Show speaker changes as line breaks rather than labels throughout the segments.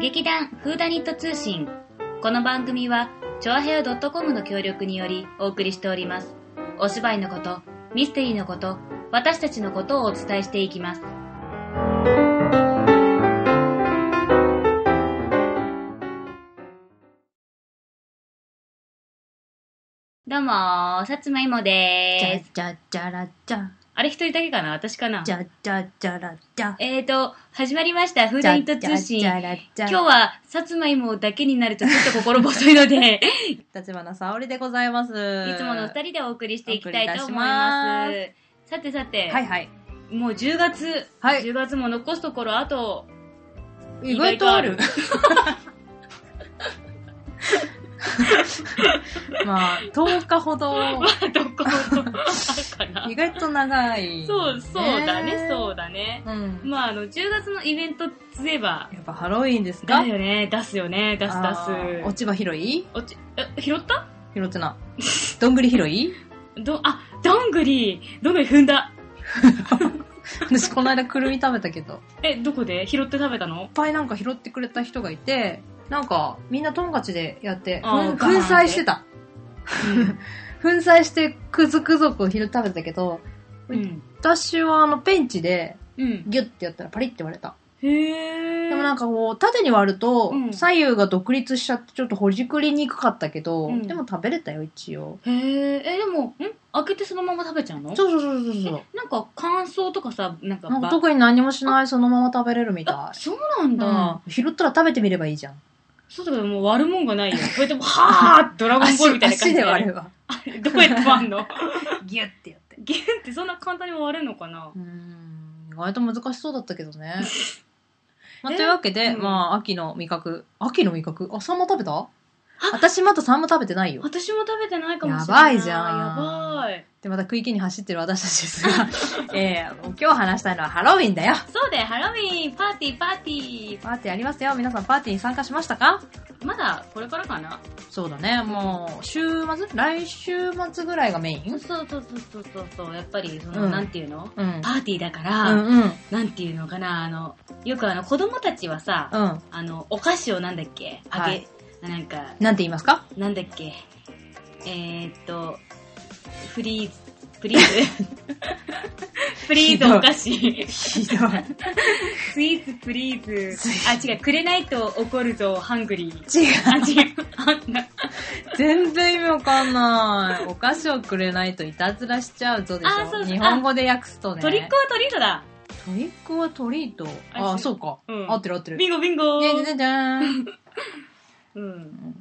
劇団フーダニット通信この番組はチョアヘア .com の協力によりお送りしておりますお芝居のことミステリーのこと私たちのことをお伝えしていきますどうもさつまいも
じゃ
です
じゃじゃらじゃ
あれ一人だけかな私かな
じゃじゃじゃらじゃ
えーと始まりましたフーダニット通信
じゃじゃじゃらじゃ
今日はさつまいもだけになるとちょっと心細いの でい
立花沙織でございますい
つもの二人でお送りしていきたいと思います
お送り
さてさて、
はいはい
もう10月、
はい
10月も残すところあと
意外とあ
意
るまあ10日ほど
どこか な
意外と長い
そうそうだね、そううだね
うん
まああの10月のイベントつえば
やっぱハロウィンです
だ
ね
よね出すよね出す
あー
出
落
す
ち葉拾い
おちえ拾った
拾ってなどんぐり拾い
どあどんぐりどんぐり踏んだ
私この間くるみ食べたけど
えどこで拾って食べたの
いっぱいなんか拾ってくれた人がいて、なんかみんなトンカチでやって、
あー
ふん
ガーン
粉
って
砕してた。粉砕してくずくぞく拾って食べてたけど、
うん、
私はあのペンチで
うん、
ギュッてやったらパリッて割れた。
へえ。
でもなん
か、
かこう縦に割ると
うん
左右が独立しちゃってちょっとほじくりにくかったけど、
うん
でも食べれたよ一応。
へえ、え、でも、ん開けてそのまま食べちゃうの
そうそうそうそうそう。
なんか乾燥とかさ、なんか
なんか
ば
特に何もしないそのまま食べれるみた
あ、
い。
そうなんだ。
うん拾ったら食べてみればい いじゃん。
そうだけどもう割るもんがないよ。こうやって、 はードラゴンボールみたいな感
足
じ
で
で。
割れば。
あどうやって割んの
ギュッてやって。
ギュンってそんな簡単に割れるのかな
うーん意外と難しそうだったけど ね。まあ、
え
というわけで、
うん
まあ、秋の味覚。秋の味覚あ、サンマ食べた私まだサンマ食べてないよ。
私も食べてないかもしれない。
やばいじゃん
やばい。
で、また食い気に走ってる私たちですが、 えー、もう今日話したいのはハロウィンだよ。
そうだよ、ハロウィーン、パーティー、パーティ
パーティーありますよ。皆さんパーティーに参加しましたか
ー。まだこれからかな
そうだね。もう、週末来週末ぐらいがメイ
そう
ン
そうそうそうそうそう。やっぱり、その、
うん
なんていうの
うん。
パーティーだか
う
ら、
んうん。
なんていうのかな、あの、よくあの、子供たちはさ、
うん。
あの、お菓子をなんだっけあ
は
げ
い、
なんか、
なんて言いますか
なんだっけえー、っと、フリーズ、フリ ーズ。フリーズお菓子。
ひどい。
スイーツプリーズ
スイ。
あ、違う、くれないと怒るぞ、ハングリー。
違う。
あ、違う。あんな
全然意味わかんない。お菓子をくれないといたずらしちゃうぞでし
あそうそう
ょ。日本語で訳すとね。
トリックはトリートだ。
トリックはトリート。
あ
あ
そう
そうか。
うん
合ってる合ってる。
ビンゴビンゴ
じゃじゃじゃじゃーん。
うん。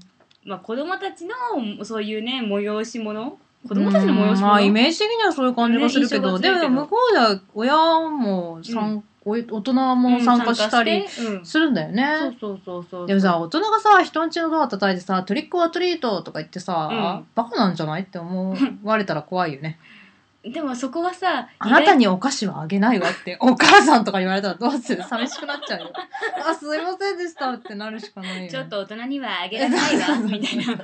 まあ、子供たちの、そういうね、催し物子供たちの
も
催し
まあ、イ
物
メージ的にはそういう感じがするけど、
ね印象が強い
で
けど
も向こうでは親も参、お大人
う
も
ん
参加したり
参加してうん
するんだよね。
そうそうそうそう。
でもさ、大人がさ、人んちのドア叩いてさ、トリックはトリートとか言ってさ、
うん
バカなんじゃないって思われたら怖いよね。
でもそこはさ、
あなたにお菓子はあげないわって、 お母さんとか言われたらどうする寂しくなっちゃうよ。 あ、すいませんでしたってなるしかないよ、
意
ね。
外ちょっと大人にはあげられない わ、みたいな。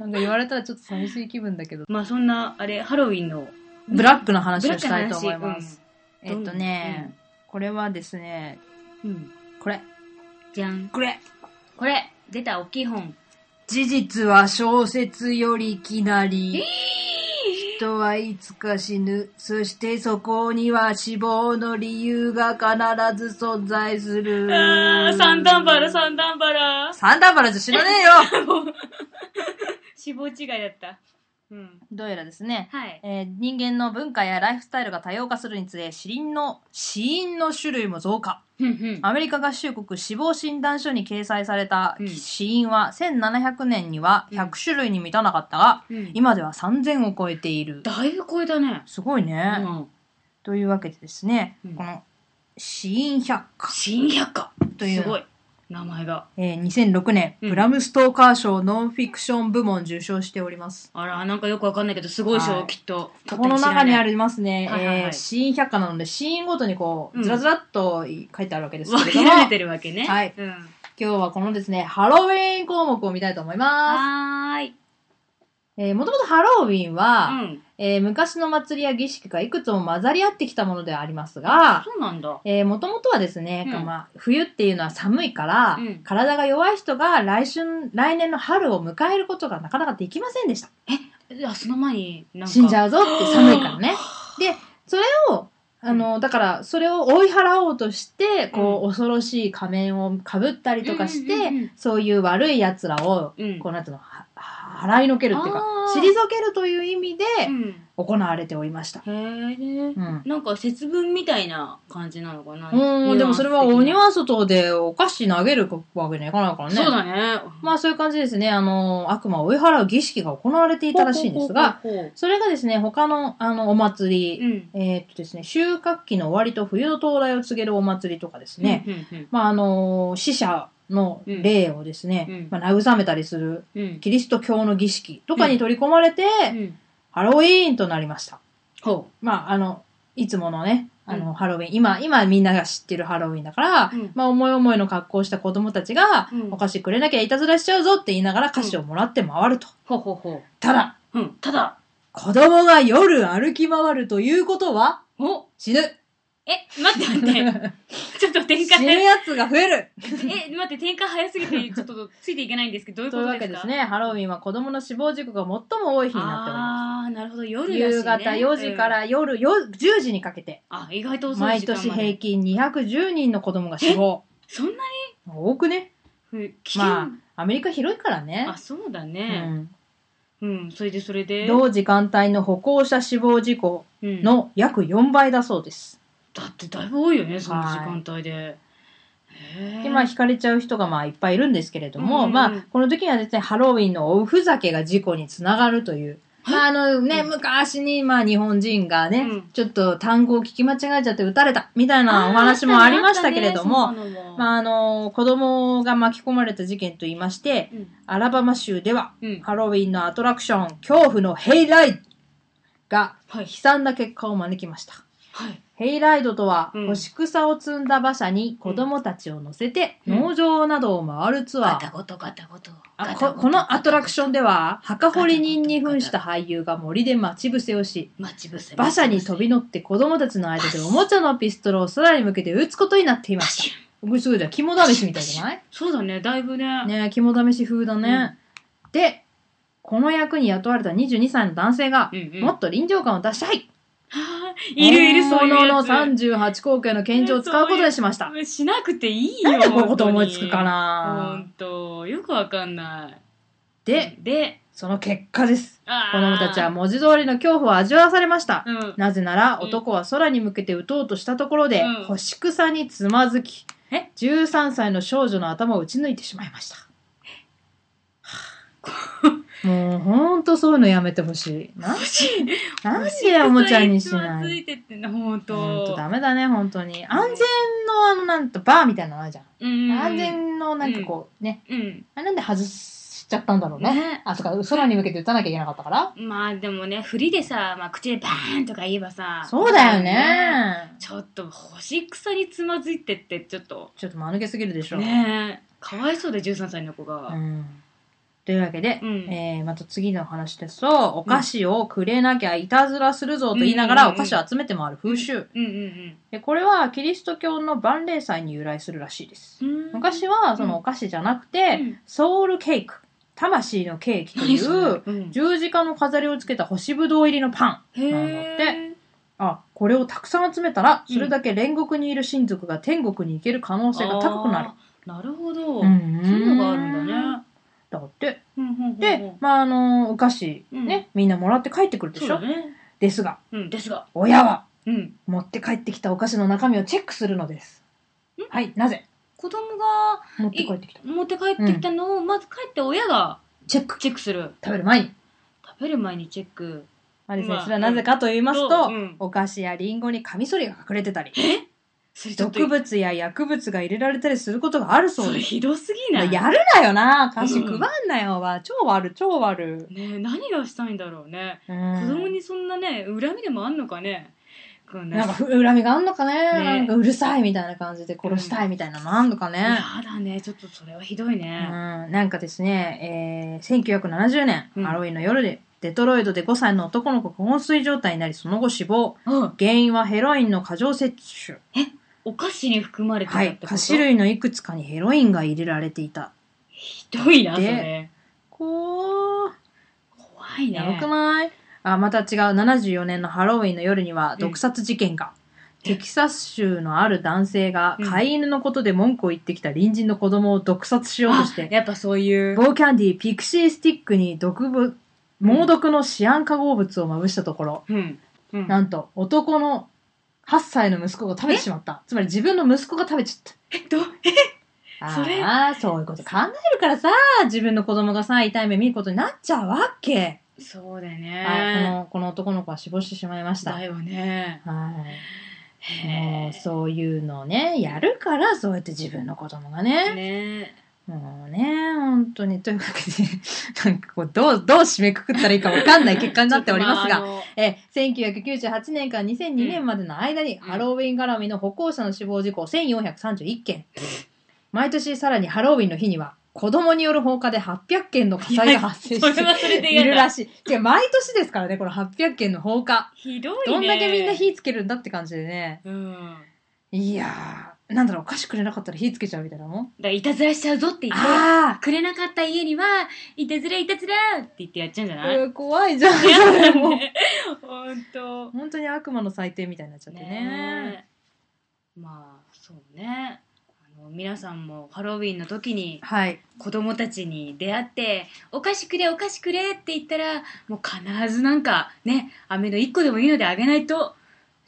なんか言われたらちょっと寂しい気分だけど。
まあそんな、あれ、ハロウィンの。
ブラックの話
ブラ
を
ッ
し
クな
たい
話
と思います。。
うん
えっとね、これはですね、
うん。うん
これ。
じゃん。
これ。
これ、出た大きい本。
事実は小説よりいきなり。人はいつか死ぬ。そしてそこには死亡の理由が必ず存在する。
あー、三段バラ、三段バラ。
三段バラじゃ知らねえよ
死亡違いだった。うん。
どうやらですね、
はい。
えー人間の文化やライフスタイルが多様化するにつれ、死因の、死因の種類も増加。
ふんふん。
アメリカ合衆国死亡診断書に掲載された
うん
死因は1700年には
うん
100種類に満たなかったが、
うん
今では3000を超えている。
だいぶ超えたね。
すごいね。
うん。
というわけでですね、
うん
この死因百科
新百科。
という
すごい。名前が。
えー2006年、
うん
ブラム・ストーカー賞ノンフィクション部門受賞しております。
あら、なんかよくわかんないけど、すごい賞、
はい
きっと。
この中にあ
る。
りますね、
はいはいはい
えー死因百科なので、死因ごとにこ
う
う、
ん
ずらずらっと書いてあるわけですけ
分
れど
け
も、
られ
今
てるわけね。
はい
うん。
日はこのですね、ハロウィーン項目を見たいと思います。
はーい。
えー、もともとハロウィンは、
うん。
えー昔の祭りや儀式がいくつも混ざり合ってきたものではありますが、
そうなんだ。
えー、もともとはですね、
うん
まあ、冬っていうのは寒いから、
うん
体が弱い人が来春、来年の春を迎えることがなかなかできませんでした。
いや、その前に、なんか。
死んじ
う。
ゃうぞって寒いからね。で、それを、あの、だから、それを追い払おうとして、こう、恐ろしい仮面をかぶったりとかして、
うんうんうんうん
そういう悪い奴らを、
うん。
こうなんていうの、はは払いのけるっていうか
あ、ー
退けるという意味で
うん
行われておりました。
へえ
う。ん。
なんか節分みたいな感じなのかな。
うん、でもそれはお
ニュアン
庭外でお菓子投げるわけにはいかないから
ス
ね。
的なそうだね。
まあそういう感じですね。あの、悪魔を追い払う儀式が行われていたらしいんですが、
ほうほうほう
それがですね、他の、あの、お祭り
ほう、うん。
えーっとですね、収穫期の終わりと冬の到来を告げるお祭りとかですね、
うん。うん
まああの死者の霊をですね、
うん
まあ、慰めたりする
うん。
キリスト教の儀式とかに取り込まれて、
うん。
ハロウィーンとなりました。
ほ
まああの、いつものね、あの、
うん
ハロウィーン、今、今みんなが知ってるハロウィーンだから、
うん
まあ思い思いの格好をした子供たちが、
うん
お菓子くれなきゃいたずらしちゃうぞって言いながら菓子をもらって回ると。
う。ほうほうほ
ただ、
う。うん。ただ、
子供が夜歩き回るということは、
お
死ぬ。
え、待って待って。 ちょっと展
死
開
ぬやつが増える。
え、待って、展開早すぎて、ちょっとついていけないんですけど、どういう
と
こ
いう
と
わ
で
け
す
で
か
すね、ハロウィンは子供の死亡事故が最も多い日になっております。
あー、なるほど、夜だし、ね。
夕方4時か
うん
ら夜4 10時にかけて、
あ、意外と遅い
毎
時間まで。
年平均210人の子供が死亡。
そんなに
多くね。
うん危険、
まあ、アメリカ広いからね
あ、。そうだ
う
ね。
ん、
うん、それでそれで。
同時間帯の歩行者死亡事故
うん、
の約4倍だそうです。
だってだいぶ多いよね、その時間帯で。へー
で、まあ、惹かれちゃう人がまあいっぱいいるんですけれど
うんうん
も、
うん
まあ、この時にはですね、ハロウィンのおふざけが事故につながるという。まあ、あのね、
うん
昔に、まあ、日本人がね、
うん
ちょっと単語を聞き間違えちゃって撃たれた、みたいなお話もありましたけれども、
あ
まあ、あの、子供が巻き込まれた事件と言いまして
ー、、うん
アラバマ州では、
うん
ハロウィンのアトラクション、恐怖のヘイライドが
はい、
悲惨な結果を招きました。
はい。
ヘイライドとは、
うん
干し草を積んだ馬車に子供たちを乗せて、
うん
農場などを回るツア
ガ
ー
タ。ゴトガタゴト。
あここのアトラクションでは、墓掘り人に扮した俳優が森で待ち伏せをし、
ン、待ち伏せ。
馬車に飛び乗って子供たちの間でおもちゃのピストルを空に向けて撃つことになっていま
ま
し。
した
これすごいじゃん。肝試しみたいじゃない
そうだね、だいぶね。
ねえ、肝試し風だね。で、この役に雇われた22歳の男性が
う、んうん、
もっと臨場感を出したい
はあいるいる、そういう
もの
や
の
つ。
38口径の拳銃を使うことにしました。
しなくていいよ。
なんでこういうこと思いつくか
ほん
な
と、よくわかんない。
で、、
で、
その結果です。
あー
子供たちは、文字通りの恐怖を味わわされました。
うん。
なぜなら
うん
男は空に向けて撃とうとしたところで、
うん
干し草につまずき
え
13歳の少女の頭を打ち抜いてしまいました もうほんとそういうのやめてほしいな
欲しい。
なんでおもちゃにしな
つまず
い
いてってんだ、ほん
ほんと
と。
ダメだねほんとに安全のあのなんとバーみたいなのあるじゃん、
うん。
安。全のなんかこうね
うん。
あれなんで外しちゃったんだろうね
ね。
あそっか空に向けて撃たなきゃいけなかったから
まあでもね、振りでさ、まあ口でバーンとか言えばさ。
そうだよ。ね
ちょっと、星草につまずいてって、ちょっと。
ちょっと間抜けすぎるでしょ
ねえ。かわいそうで、13歳の子が。
うんというわけで、
うん
えーまた次の話ですと、お菓子をくれなきゃいたずらするぞと言いなが
うん
ら
う
お
んうん
菓子を集めて回る風習。
うんうん
でこれはキリスト教の万礼祭に由来するらしいです
う。ん。
昔はそのお菓子じゃなくて、
うん
ソウルケーク、魂のケーキと
何
い
それ
う
うん
十字架の飾りをつけた干しぶどう入りのパン。
へえ
なのであ、これをたくさん集めたら、それだけ煉獄にいる親族が天国に行ける可能性が高くなる。
あーなるほど、
ん
そういうのがあるんだね。
だって。
うんうんうんうん
で、まあ、あの、お菓子、
うん
ね、みんなもらって帰ってくるで
そう
しょ
だ。ね。
ですが、
うん、ですが、
親は
うん、
持って帰ってきたお菓子の中身をチェックするのです。はい、なぜ
子供が
持って帰ってきた。
持って帰ってきたのを、まず帰って親が
チェック。
チェックする。
食べる前に。
食べる前にチェック。
まあですね
まあ
それはなぜかと言いますと、
うんうん
お菓子やリンゴにカミソリが隠れて たり、
それちょっと
毒物や薬物が入れられたりすることがあるそ
そうれ
です。
ひどすぎない。
やるなよな菓子
うん
配んなよは、超悪超悪、
ねえ何がしたいんだろうね。
う
子
ん
供にそんなね、恨みでもあんのかね。くん
なんか
ね。
恨みがあんのかね
ね
なんかうるさいみたいな感じで殺したいみたいなのあんのかね、
やだね、ちょっとそれはひどいね。
うんなんかですね、えー1970年、
うん
ハロウィンの夜で、デトロイドで5歳の男の子が昏睡状態になり、その後死亡。
うん。
原因はヘロインの過剰摂取。
お菓子に含まれてた
は
って
い
こ。と、
菓子類のいくつかにヘロインが入れられていた。
ひどいな、そ
で
れ。
こう、
怖いね。
やばくない、あ、また違う。74年のハロウィンの夜には、
ん
毒殺事件が。
え
テキサス州のある男性が
うん
飼い犬のことで文句を言ってきた隣人の子供を毒殺しようとして
あ、やっぱそういう。
棒キャンディーピクシースティックに毒ぶ猛毒のシアン化合物をまぶしたところ、
うん。うん。
なんと男の8歳の息子が食べてしまったつまり自分の息子が食べちゃっ
えっと、
た
それ
ああそういうこと考えるからさ自分の子供がさ痛い目見ることになっちゃうわけ、
えそうだよ
はい、こ
ね。
のこの男の子は死亡してしまいました
だよね。
はい
へ
もう
え。
そういうのをねやるからそうやって自分の子供がね
ね
もうね、本当に。というわけで、なんかこう、どう、どう締めくくったらいいかわかんない結果になっております
ちょっとあ
が、
あの
え、1998年から2002年までの間に、
うん
ハロウィン絡みの歩行者の死亡事故1431件。毎年さらにハロウィンの日には、子供による放火で800件の火災が発生
そ
し
れ
て
はそれで
い
嫌
る
だ
ら。しい。違う、毎年ですからね、この800件の放火。
ひどいね。
どんだけみんな火つけるんだって感じでね。
うん。
いやー、なんだろう、お菓子くれなかったら火つけちゃうみたいなも
だ
ん。
からいたずらしちゃうぞって言って、
あー
くれなかった家には、いたずらいたずらって言ってやっちゃうんじゃない、
うわ怖いじゃん、そ
嫌
れ
だ
もう。
ね。ほんと。
本当に悪魔の祭典みたいになっちゃってね
ねえまあ、そうね。あの皆さんもハロウィンの時に
はい
子供たちに出会って「お菓子くれお菓子くれ」って言ったらもう必ずなんかね飴の1個でもいいのであげないと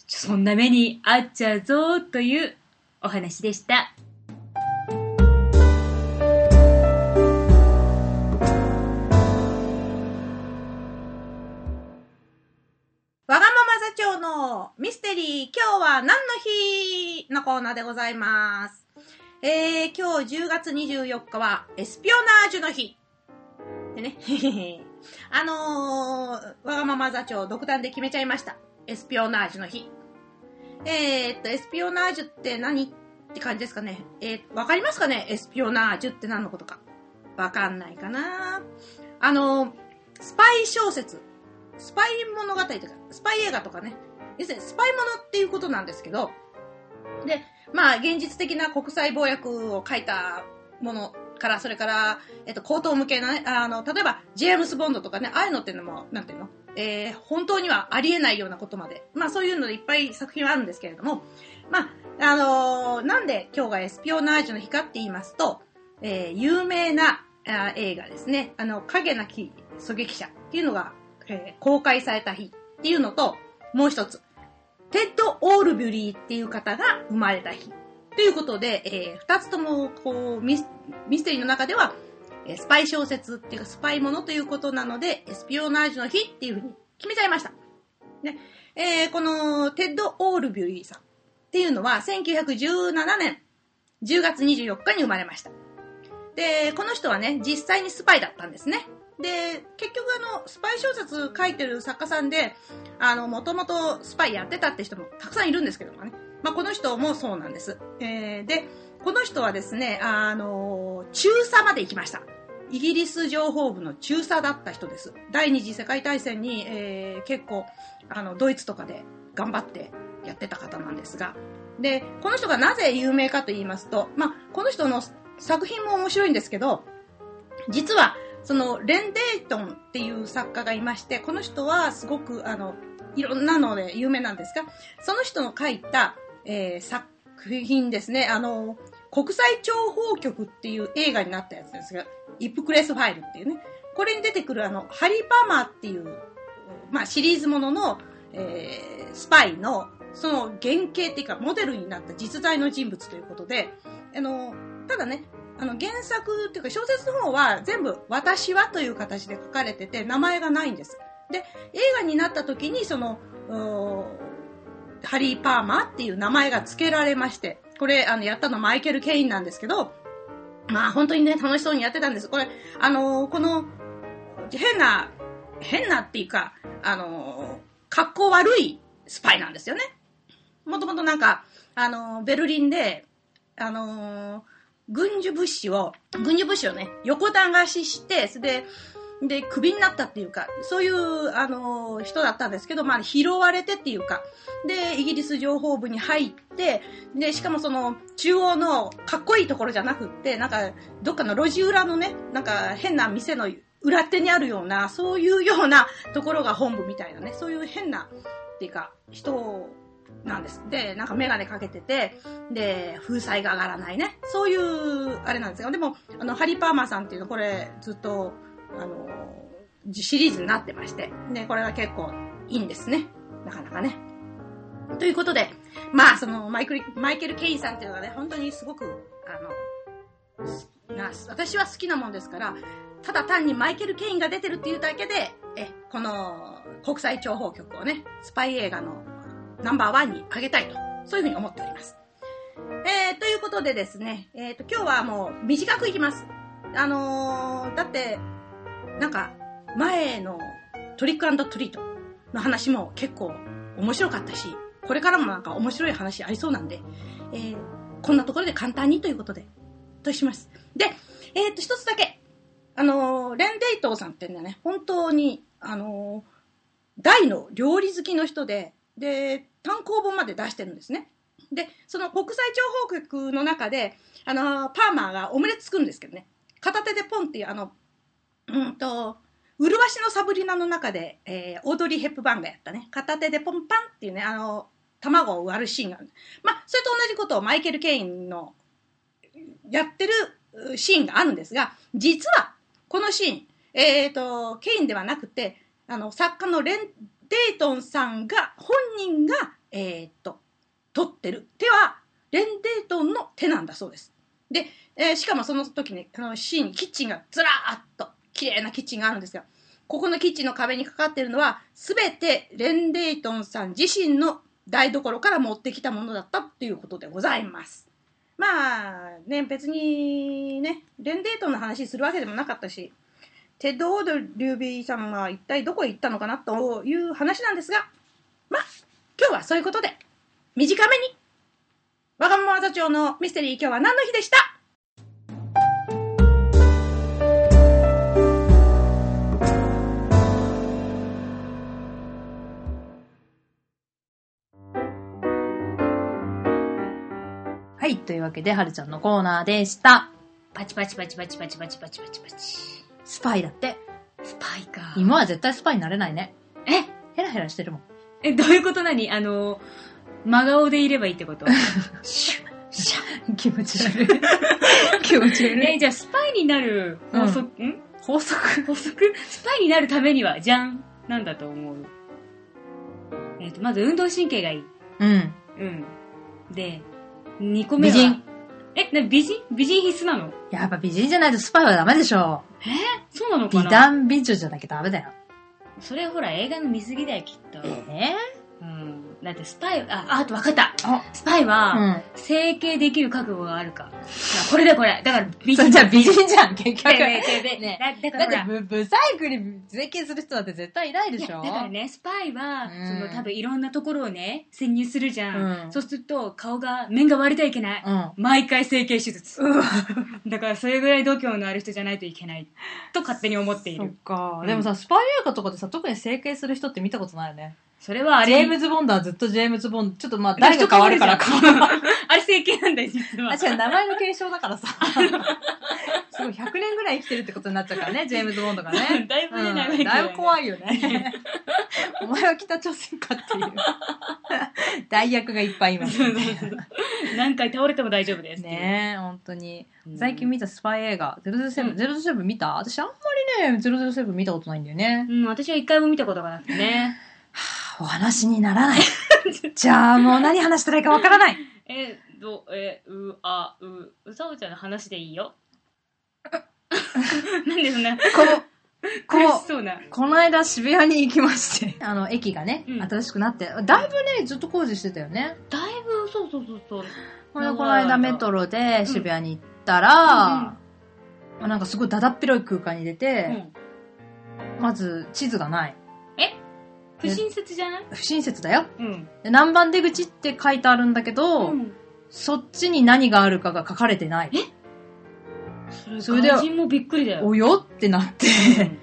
そんな目に遭っちゃうぞというお話でした
わがまま座長のミステリー、今日は何の日のコーナーでございます。えー、今日10月24日はエスピオナージュの日。でね、 あのー、わがまま座長独断で決めちゃいました。エスピオナージュの日。えー、っと、エスピオナージュって何って感じですかね。えー、わかりますかねエスピオナージュって何のことか。わかんないかなあのー、スパイ小説。スパイ物語とか、スパイ映画とかね、要するにスパイものっていうことなんですけど、で、まあ、現実的な国際貿易を書いたものから、それから、えっと、高等向けなね、あの、例えば、ジェームス・ボンドとかね、ああいうのっていうのも、なんていうのえー本当にはありえないようなことまで、まあ、そういうのでいっぱい作品はあるんですけれども、まあ、あのーなんで今日がエスピオナージュの日かって言いますと、えー有名なあー映画ですね、あの、影なき狙撃者っていうのが、えー公開された日っていうのと、もう一つ、テッド・オールビュリーっていう方が生まれた日。ということで、えー二つとも、こうミス、ミステリーの中では、えースパイ小説っていうか、スパイものということなので、エスピオナージュの日っていうふうに決めちゃいました。ね。えーこの、テッド・オールビュリーさんっていうのは、1917年10月24日に生まれました。で、この人はね、実際にスパイだったんですね。で、結局あの、スパイ小説書いてる作家さんで、あの、もともとスパイやってたって人もたくさんいるんですけどもね。まあ、この人もそうなんです。えーで、この人はですね、あの、中佐まで行きました。イギリス情報部の中佐だった人です。第二次世界大戦に、えー結構、あの、ドイツとかで頑張ってやってた方なんですが。で、この人がなぜ有名かと言いますと、まあ、この人の作品も面白いんですけど、実は、その、レンデイトンっていう作家がいまして、この人はすごく、あの、いろんなので有名なんですが、その人の書いた、えー作品ですね、あの、国際諜報局っていう映画になったやつですが、イプクレスファイルっていうね、これに出てくるあの、ハリー・パーマーっていう、まあ、シリーズものの、えースパイの、その原型っていうか、モデルになった実在の人物ということで、あの、ただね、あの、原作というか小説の方は全部私はという形で書かれてて、名前がないんです。で、映画になった時に、その、うーハリー・パーマーっていう名前が付けられまして、これ、あの、やったのマイケル・ケインなんですけど、まあ本当にね、楽しそうにやってたんです。これ、あのーこの、変な、変なっていうか、あのー格好悪いスパイなんですよね。もともとなんか、あのーベルリンで、あのー軍需物資を、軍需物資をね、横流しして、それで、で、クビになったっていうか、そういう、あのー人だったんですけど、まあ、拾われてっていうか、で、イギリス情報部に入って、で、しかもその、中央のかっこいいところじゃなくって、なんか、どっかの路地裏のね、なんか変な店の裏手にあるような、そういうようなところが本部みたいなね、そういう変な、っていうか、人なんです。で、なんかメガネかけてて、で、風彩が上がらないね。そういう、あれなんですよ。でも、あの、ハリー・パーマーさんっていうの、これ、ずっと、あの、じシリーズになってまして。で、これは結構いいんですね。なかなかね。ということで、まあ、その、マイクル、マイケル・ケインさんっていうのがね、本当にすごく、あの、すな私は好きなもんですから、ただ単にマイケル・ケインが出てるっていうだけで、え、この、国際諜報局をね、スパイ映画のナンバーワンに上げたいと、そういうふうに思っております。えー、ということでですね、えっ、と、今日はもう短くいきます。あのー、だって、なんか、前のトリックトリートの話も結構面白かったし、これからもなんか面白い話ありそうなんで、えー、こんなところで簡単にということで、とします。で、えっ、と、一つだけ、あのーレンデイトーさんっていうのはね、本当に、あのー大の料理好きの人で、で、単行本まで出してるんですね。で、その国際情報局の中で、あのーパーマーがオムレツ作るんですけどね、片手でポンっていう、あの、うんと、麗しのサブリナの中で、えーオードリー・ヘップバーンがやったね、片手でポンパンっていうね、あの、卵を割るシーンがある。まあ、それと同じことをマイケル・ケインのやってるうシーンがあるんですが、実は、このシーン、えっ、と、ケインではなくて、あの、作家のレン、デイトンさんが、本人が、えっ、と、撮ってる手は、レンデイトンの手なんだそうです。で、えーしかもその時ね、あのシーンにキッチンがずらーっと、綺麗なキッチンがあるんですが、ここのキッチンの壁にかかってるのは、すべてレンデイトンさん自身の台所から持ってきたものだったっていうことでございます。まあ、ね、別にね、レンデートンの話するわけでもなかったし、テッド・オードリュービーさんは一体どこへ行ったのかなという話なんですが、まあ、今日はそういうことで、短めに、わがまま座長のミステリー今日は何の日でした
はい、というわけで、はるちゃんのコーナーでした。
パチパチパチパチパチパチパチパチパチ。ス
スパイだって。
パイか。
今は絶対スパイになれないね。
え
ヘラヘラしてるもん。
え、どういうことなにあの、真顔でいればいいってことシュッシャッ
気持ち悪い。 気持ち悪い。
え、じゃあスパイになる法則、ん
法則
法則スパイになるためには、じゃんなんだと思うえっ、と、まず運動神経がいい。
うん。
うん。で、2個目は。
美人。
え、な美人美人必須なの
やっぱ美人じゃないとスパイはダメでしょ。
そうなのか
美
な
男美女じゃなきゃダメだよ。
それほら映画の見過ぎだよ、きっと。
え
うん。だってスパイ、あ、ああと分かった
あ
スパイは、
うん。
整形できる覚悟があるか。これだこれ。だから美
そ
人
れじゃ
だ
あ美人じゃん、結局。
ねえねえねえねえだだ
だっ
から
て
ほら
ブ、ブサイクに整形する人だって絶対いないで
いや
しょ
だからね、スパイは、
うん
その多分いろんなところをね、潜入するじゃん。
うん
そうすると、顔が、面が割れてはいけない。
うん。
毎回整形手術。だからそれぐらい度胸のある人じゃないといけない。と勝手に思ってい
そっ
る。
か、
うん
でもさ、スパイ映画とかでさ、特に整形する人って見たことないよね。
それはあ
ジ
れ、
ェームズ・ボンドはずっとジェームズ・ボンド、ちょっとまあ、誰が変わるから
人
変
変
わ
わる
る
じゃんあれ整形なんだよ、実は
あ、。違う、名前の継承だからさ。 すごい、100年ぐらい生きてるってことになっちゃうからね、ジェームズ・ボンドがね。
だいぶね、長い
う
けど
ん
ね
だいぶ怖いよね。 お前は北朝鮮かっていう。 代役がいっぱいいます
そうそうそう 何回倒れても大丈夫です。
ねえ、本当に。
うん
最近見たスパイ映画、007、
うん
007見た私あんまりね、007見たことないんだよね。
うん、私は一回も見たことがなくてね。
お話にならない。じゃあもう何話したらいいかわからない。
え、ど、え、う、あ、う、うさおちゃんの話でいい よ。なんでそんな、
この、
苦し
こ
そうな。
う、この間渋谷に行きまして。あの、駅がね、
うん
新しくなって、だいぶね、ずっと工事してたよね。
だいぶ、そうそうそうそう。
これ
長い間
この間メトロで渋谷に行ったら、
うん
なんかすごいだだっ広い空間に出
う
て、
ん。
まず地図がない。
え不親切じゃない
不親切だよ。
うん。
で南蛮出口って書いてあるんだけど、
うん
そっちに何があるかが書かれてない。
そ
そ
れ
れ
で
で
肝心もびっくりだよ。
およってなって。
うん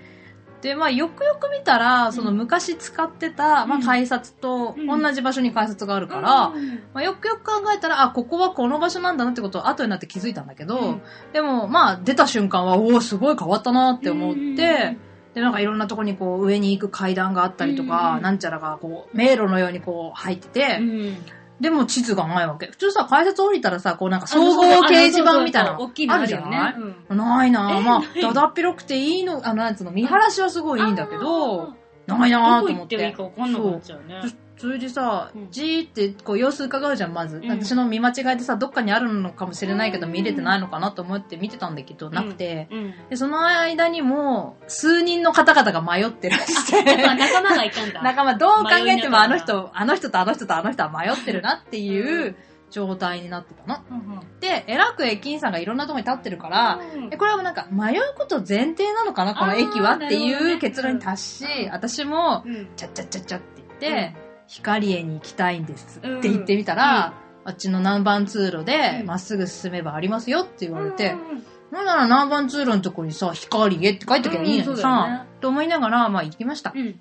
で、まあ、よくよく見たら、その昔使ってた、
う
ま
ん
あ、改札と
うん
同じ場所に改札 があるから、
うん
まあ、よくよく考えたら、あ、ここはこの場所なんだなってことを後になって気づいたんだけど、
うん
でも、まあ、出た瞬間は、おお、すごい変わったなって思って、
うんうんうん
で、なんかいろんなとこにこう、上に行く階段があったりと
うん
か、
うん
なんちゃらがこう、迷路のようにこう、入ってて、
うん
でも地図がないわけ。普通さ、改札降りたらさ、こうなんか総合掲示板みたいな
あそうそうそう大
の
きいの
あ
あ
る
る
じ
よ
ゃ
ね
ない
うん
ないなぁ。ま
ない
あ、だだっ広くていいの、あの、なんつうの、見晴らしはすごいいいんだけど、、ない
あー
なぁ
ど
と
こ
思
行
っ
って
て。
もいいか分かんなくなっちゃうね。
そそれでさ
うん、
じーってこう様子伺うじゃん、まず。
ん
私の見間違いでさ、どっかにあるのかもしれないけど、見れてないのかなと思って見てたんだけど、なくて。
うん。
で、その間にも、数人の方々が迷ってらし
やっぱ
て。
仲間がいたんだ。
なんかまあ、どう考
迷い
え
に
て
な
も
ったん
あ
だ
の人、あの人とあの人とあの人は迷ってるなっていうう状態になってたの。
うんうん
で、えらく駅員さんがいろんなとこに立ってるから、
うん
えこれはもうなんか迷うこと前提なのかな、この駅は
あー
って
なるほど
い
ね
う結論に達し、私も、
うん
ちゃっちゃっちゃっちゃって言って、光栄に行きたいんですって言ってみた
う
ら、あっちの南蛮通路で
うん
まっすぐ進めばありますよって言われて、
うんうん
なんなら南蛮通路のとこにさ、光栄って書いときゃいいのに
うんそうだよ
さ
ね、
と思いながら、まあ行きました。
うん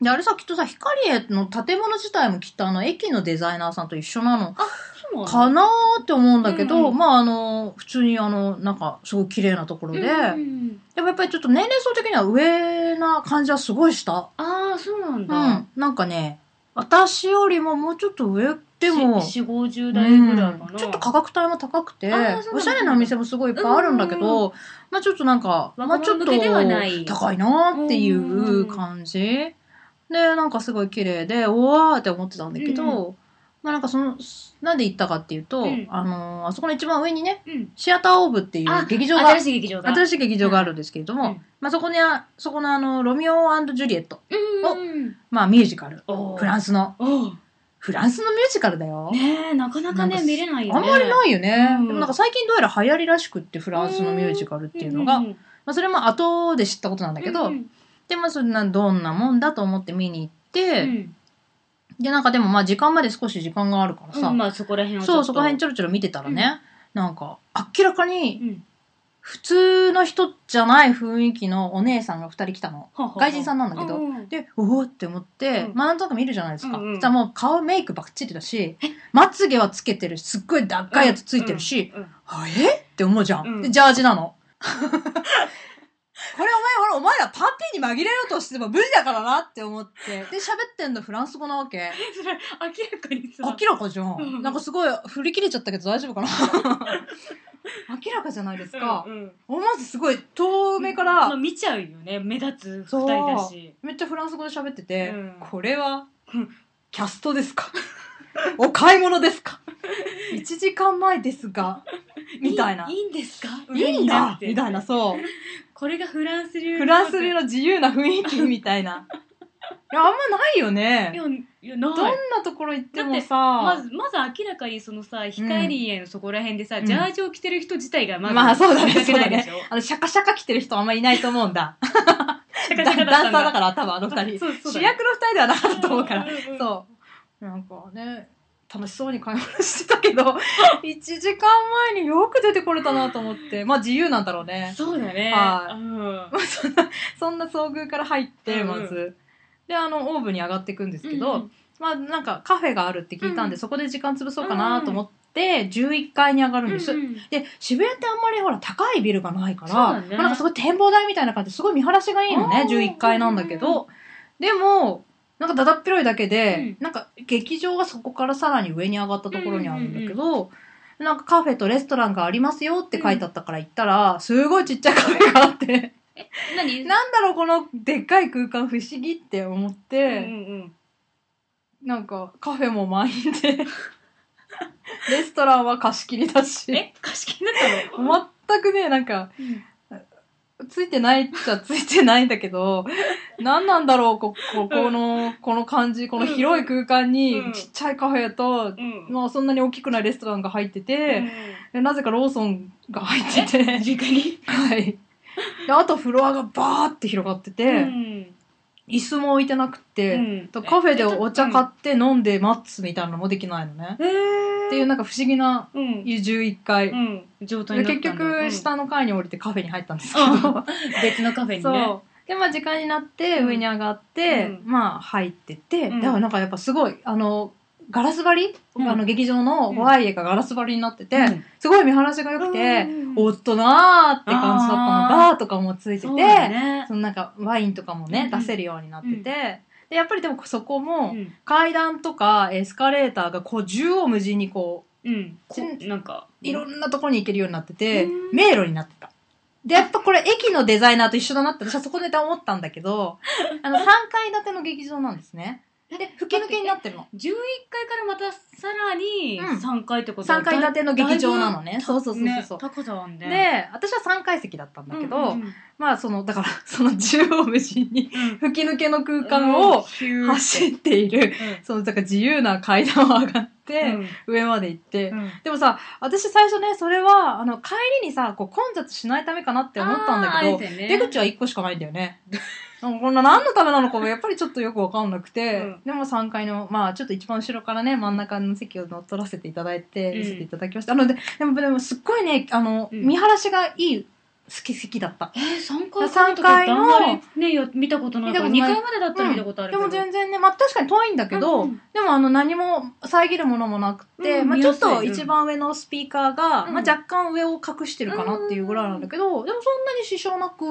で、あれさ、きっとさ、光栄の建物自体もきっとあの駅のデザイナーさんと一緒なの
そうな
か
の
なーって思うんだけど、
うんうん
まああの、普通にあの、なんか、すごい綺麗なところで、
う
で
ん
もやっぱりちょっと年齢層的には上な感じはすごいした。
ああ、そうなん
う
だ
ん。。なんかね、私よりももうちょっと上でも、
4、50代ぐらいか
う
な。
んちょっと価格帯も高くて
あーそうなんだ、
おしゃれなお店もすごいいっぱいあるんだけ
うんうん
ど、まあちょっとなんか、まあちょっ
若
と
者向けではない
高いなーってい
んう
うんう感じ。で、なんかすごい綺麗で、おわーって思ってたんだけ
うん
ど、まあなんかその、なんで行ったかっていうと
うん、
あのー、あそこの一番上にね、
うん。
シアターオーブってい
あ
う劇場が
新、しい劇場だ。
新しい劇場があるんですけれど
う
も
ん、
まあそこにあ、そこのあの、ロミオジュリエット、
うん。
まあミュージカル、
お
フラ
ン
ンスの、
お
フランスのミュージカルだよ。
ねえ、なかなか
な
ね、
んか
見れないよ
あ
ね。
んまりないよね。
うん
でもなんか最近どうやら流行りらしくって、フランスのミュージカルっていうのが。
ん
ま
ん
あそれも後で知ったことなんだけど、
うん
で、まあそんなどんなもんだと思って見に行っ
う
て、
ん
で、なんかでもまあ時間まで少し時間があるから
う
さ、
んまあそこら辺をちょっ
そ
と。
う、そこら辺ちょろちょろ見てたらね、なんか明らかに
うん
普通の人じゃない雰囲気のお姉さんが二人来たの。
ははは
外人さんなんだけど
うう
で、うおーって思って、
うん
まあなんとなく見るじゃないですか。
う
そ
んうん
したらもう顔メイクばっちりだし、まつげはつけてるし、すっごいでっかいやつついてるし、
うんうん
あえって思うじゃん。
うん
でジャージなの。これお前、お前らパンピーに紛れようとしても無理だからなって思って。で、喋ってんのフランス語なわけ。
それ明らかにさ
明らかじゃ
うん
ん。なんかすごい振り切れちゃったけど大丈夫 かな明らかじゃないですか
う。んうん
思わずすごい遠目か
まあ
ら
見ちゃうよね目立つ二人だし
めっちゃフランス語で喋ってて
うん、
これは
うん
キャストですか お買い物で すか ?1 時間前ですが、みたいな。
いいいんですか
いいんだみたい
な
な、そう。
これがフランス流
フランス流
の
の自由な雰囲気みた いな。いや、あんまないよ
い
ね。
やいやな
どん
い
なところ行ってもさ、
まずまず明らかにそのさ光家のそこら辺でさ、
うん
ジャージを着てる人自体がまず
まあそうだ
見
ね
かけないでしょ
あの、シャカシャカ着てる人あんまいないと思うんだ。
シャ
ダ
カ
ン
シャカだった
サー
ん
だから、多分あの二人。
そうそう
主
だ
役
ね
の二人ではなかったと思うから。
んん
そう。なんかね、楽しそうに買い物してた けど、1時間前によく出てこれたなと思って。まあ自由なんだろうね。
そうだね
はい
うん
そんな遭遇から入って、ま
うん
ず。で、あの、オーブに上がっていくんですけ
う
ど
ん、
まあなんかカフェがあるって聞いたん
う
で、
ん
そこで時間潰そうかなと思って、11階に上がるんです。
うんうん
で、渋谷ってあんまりほら高いビルがないから、
そうだね
まあなんかすごい展望台みたいな感じですごい見晴らしがいいのね
あ、ー
11階なんだけど、でも、なんかだだっ広いだけで、なんか劇場がそこからさらに上に上がったところにあるんだけど、なんかカフェとレストランがありますよって書いてあったから行ったら、すごいちっちゃいカフェがあって、
何
なんだろうこのでっかい空間不思議って思っ
うんう
て、
ん
なんかカフェも満員で、レストランは貸し切りだ
うん
し、
え貸し切りだったの
全くね、なんか、
うん
ついてないっちゃついてないんだけど、何なんだろう、こ、ここの、この感じ、この広い空間に
うん、
ちっちゃいカフェと、
うん
まあそんなに大きくないレストランが入ってて、でなぜかローソンが入って
うん
て、
実家に
はい。であとフロアがバーって広がってて、
うん
椅子も置いてなくて、
うん
とカフェでお
え
茶
えちょ
買
っ
って飲んで待つみたいなのもできないのね。
えー、
っていうなんか不思議な
うん、
11階。
うん、状態
で
にな
結
ったんだ
局、
うん
下の階に降りてカフェに入ったんですけ
う
ど、
別のカフェにね
そう。で、まあ時間になって、
うん
上に上がって、
う
まあ入ってって、
うん
だからなんかやっぱすごい、あの、ガラス張り、
うん
あの劇場のホワイエがガラス張りになってて、
うん
すごい見晴らしが良くて、
うん
おっとなーって感じだったのが、とかもついてて、
そうだね
そのなんかワインとかもね、
うん
出せるようになってて、
うん
で、やっぱりでもそこ
う
も、
ん
階段とかエスカレーターがこう縦横無尽にこう、
うんこ
ち
なんか
いろんなとこに行けるようになってて、
うん
迷路になってた。で、やっぱこれ駅のデザイナーと一緒だなって私はそこで思ったんだけ ど、あの3階建ての劇場なんですね。で、吹き抜けになってるの。
11階からまたさらに
うん
3階ってこと
3階建ての劇場なのね。そうそうそうそう
ね
そう。
高さはんね
で、私は3階席だったんだけど、
うんうんうん
まあその、だから、その縦横無 尽に
うん
吹き抜けの空間を
ヒューって
走っている、その、だから自由な階段を上がっ
う
て、
ん
上まで行って
う、ん
でもさ、私最初ね、それは、あの、帰りにさ、こう混雑しないためかなって思ったんだけ
あーあ
ど、
れだよね
出口は1個しかないんだよね。 なんかこんな何のためなのかもやっぱりちょっとよくわかんなく
う
て、
ん
でも3階の、まあちょっと一番後ろからね、真ん中の席を乗っ取らせていただいて、
うん
見せていただきました。あの、ででも、でもすっごいね、あの、
うん
見晴らしがいい、好き好きだった。
えー、3階
三
とかっ
階
て
の
あんまりねよ見たことないから
見
2
たことない
階までだったら見たことあるけ
で
ど、
も全然ね、まあ確かに遠いんだけど、
うん
でもあの何も遮るものもなくて、
うん
まあ
見
ちょ
やす
っ
い
と一番上のスピーカーが、
うん
まあ若干上を隠してるかなっていうぐらいなんだけど、でもそんなに支障なく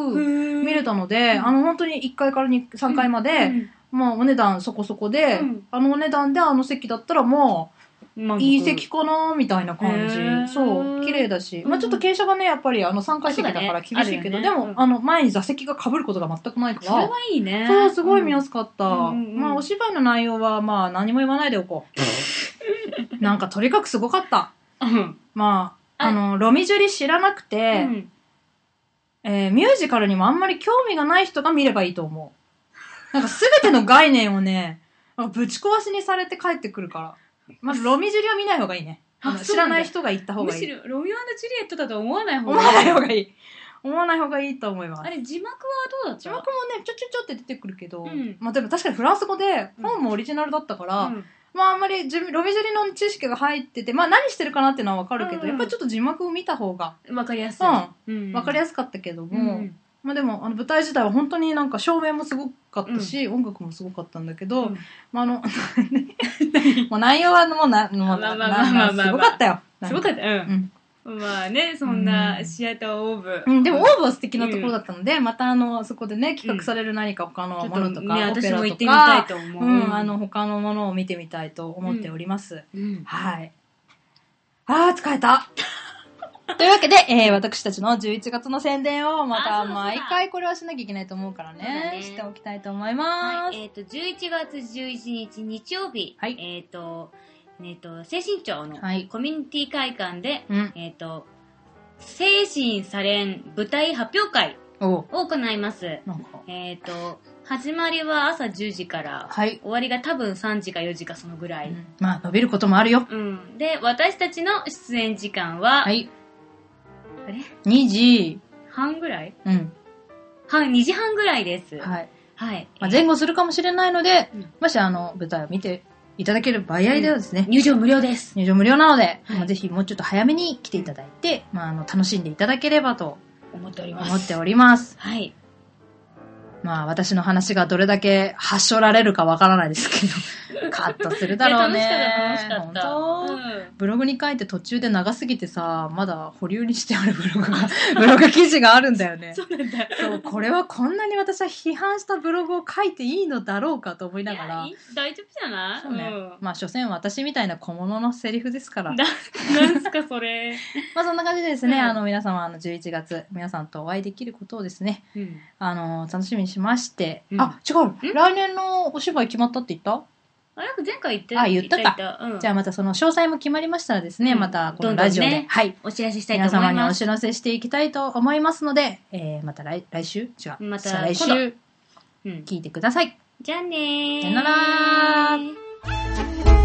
見れたので、
うん
あの本当に1階からに3階ま
う
で、
ん
まあお値段そこそこで、
うん
あのお値段であの席だったらも
満
う
足
いい席かなみたいな感じ。
へー
そう、綺麗だし。
うん
まあちょっと傾斜がね、やっぱりあの3階席だか
そうだ
ら
ね
厳しいけ
あ
ど、
る
で
よね
も、
うん
あの前に座席が被ることが全くないか
それ
ら
は。いいね
そう、すごい見や
す
すかった。
うんうんうん
まあ、お芝居の内容は、まあ、何も言わないでおこ う。なんか、とにかくすごかった。
うん
まあ、
はい
あの、ロミジュリ知らなく
う
て、
ん
えーミュージカルにもあんまり興味がない人が見ればいいと思う。なんか、すべての概念をね、なんかぶち壊しにされて帰ってくるから。まず、ロミジュリは見ない方がいいね。あの
あそ
知
うな
ら
んだ
ない人が行った方
む
がい
し
い。
ろロミオジュリエットだと思わない方
思わ
が
ない
い
方がいい。思わない方がいいと思います
あ。れ字幕はどうだった
字幕もね、ちょちょちょって出てくるけど、
うん
まあでも確かにフランス語で、本もオリジナルだったから、
うん
まああんまりじゅロビジュリの知識が入ってて、まあ何してるかなっていうのはわかるけど、
うん
やっぱりちょっと字幕を見た方が
わかりやすい。うん
わかり
や
やすかったけど
す
も、まあでもあの舞台自体は本当になんか照明もすごかったし、音楽もすごかったんだけど、
うん
まああの、 もう内容はもうな、もう
ま
な、
あまあまあまあまあ
なすごかったよ。
すごか
っ
った。う
た。うん。
ん。まあね、そん
う
なんシアターオーブ。
うん、でも、オーブは素敵なところだったので、またあの、そこでね、企画される何か他の
ちょ
もの
っ
と
と
か、
ね、
オペ
私
ラ
も行
と
ってみたい
か、
と思う。
うん、あの、他のものを見てみたいと思っております。
うん、
はい。あー、疲れた。 というわけで、えー、私たちの11月の宣伝をま
あ
た
そうだ
毎回これはしなきゃいけないと思うから
そうだ
ね、
ね
しておきたいと思いま
は
す。
い、えっ、と、11月11日日曜日、
はい
えっ、と、えっ、と、精神庁の
はい
コミュニティ会館で、
うん。
えっ、と、精神されん舞台発表会
おう
を行います。
なんか。
えっ、と、始まりは朝10時から、
はい。
終わりが多分3時か4時かそのぐらい。
うんまあ、伸びることもあるよ。
うん。で、私たちの出演時間は、
はい。
あれ
2時、
半ぐらい
うん。
半、2時半ぐらいです。い。
はい。
はい。
まあ、前後するかもしれないので、
うん
もしあの、舞台を見ていただける場合ではですね、
入場無料です。
入場無料なので、
はい
まあぜひもうちょっと早めに来ていただいて、まあ、あの、楽しんでいただければと
思っております。
思っております。
はい。
まあ私の話がどれだけ発症られるかわからないですけど、カットするだろうね。
いや楽しかった、楽し
本当
かった。
ブログに書いて途中で長すぎてさ、まだ保留にしてあるブログ が、ブログ記事があるんだよね。
うん。そうなんだ。
そう、これはこんなに私は批判したブログを書いていいのだろうかと思いなが
いや
ら
いい、大丈夫じゃない
そうね
ん。
まあ所詮私みたいな小物のセリフですから。
だなんすかそれ。
まあそんな感じでです
う
ね、
ん
あの皆様、あの11月、皆さんとお会いできることをですね、
うん。
あの、楽しみにしまして、
うん
あ、違う来年のお芝居決まったって言った
あれ前回言って
あ言ったか
言った言ったうん。
じゃあまたその詳細も決まりましたらですね、
うん
またこのラジオで、
どんどんね
はい、
お知らせしたい
皆
と思
様
い
にお
ます。
知らせしていきたいと思いますので、えー、また来来週違う。
また
再来
今
週
うん
聞いてください。
じゃあねー。
さよなら
ー。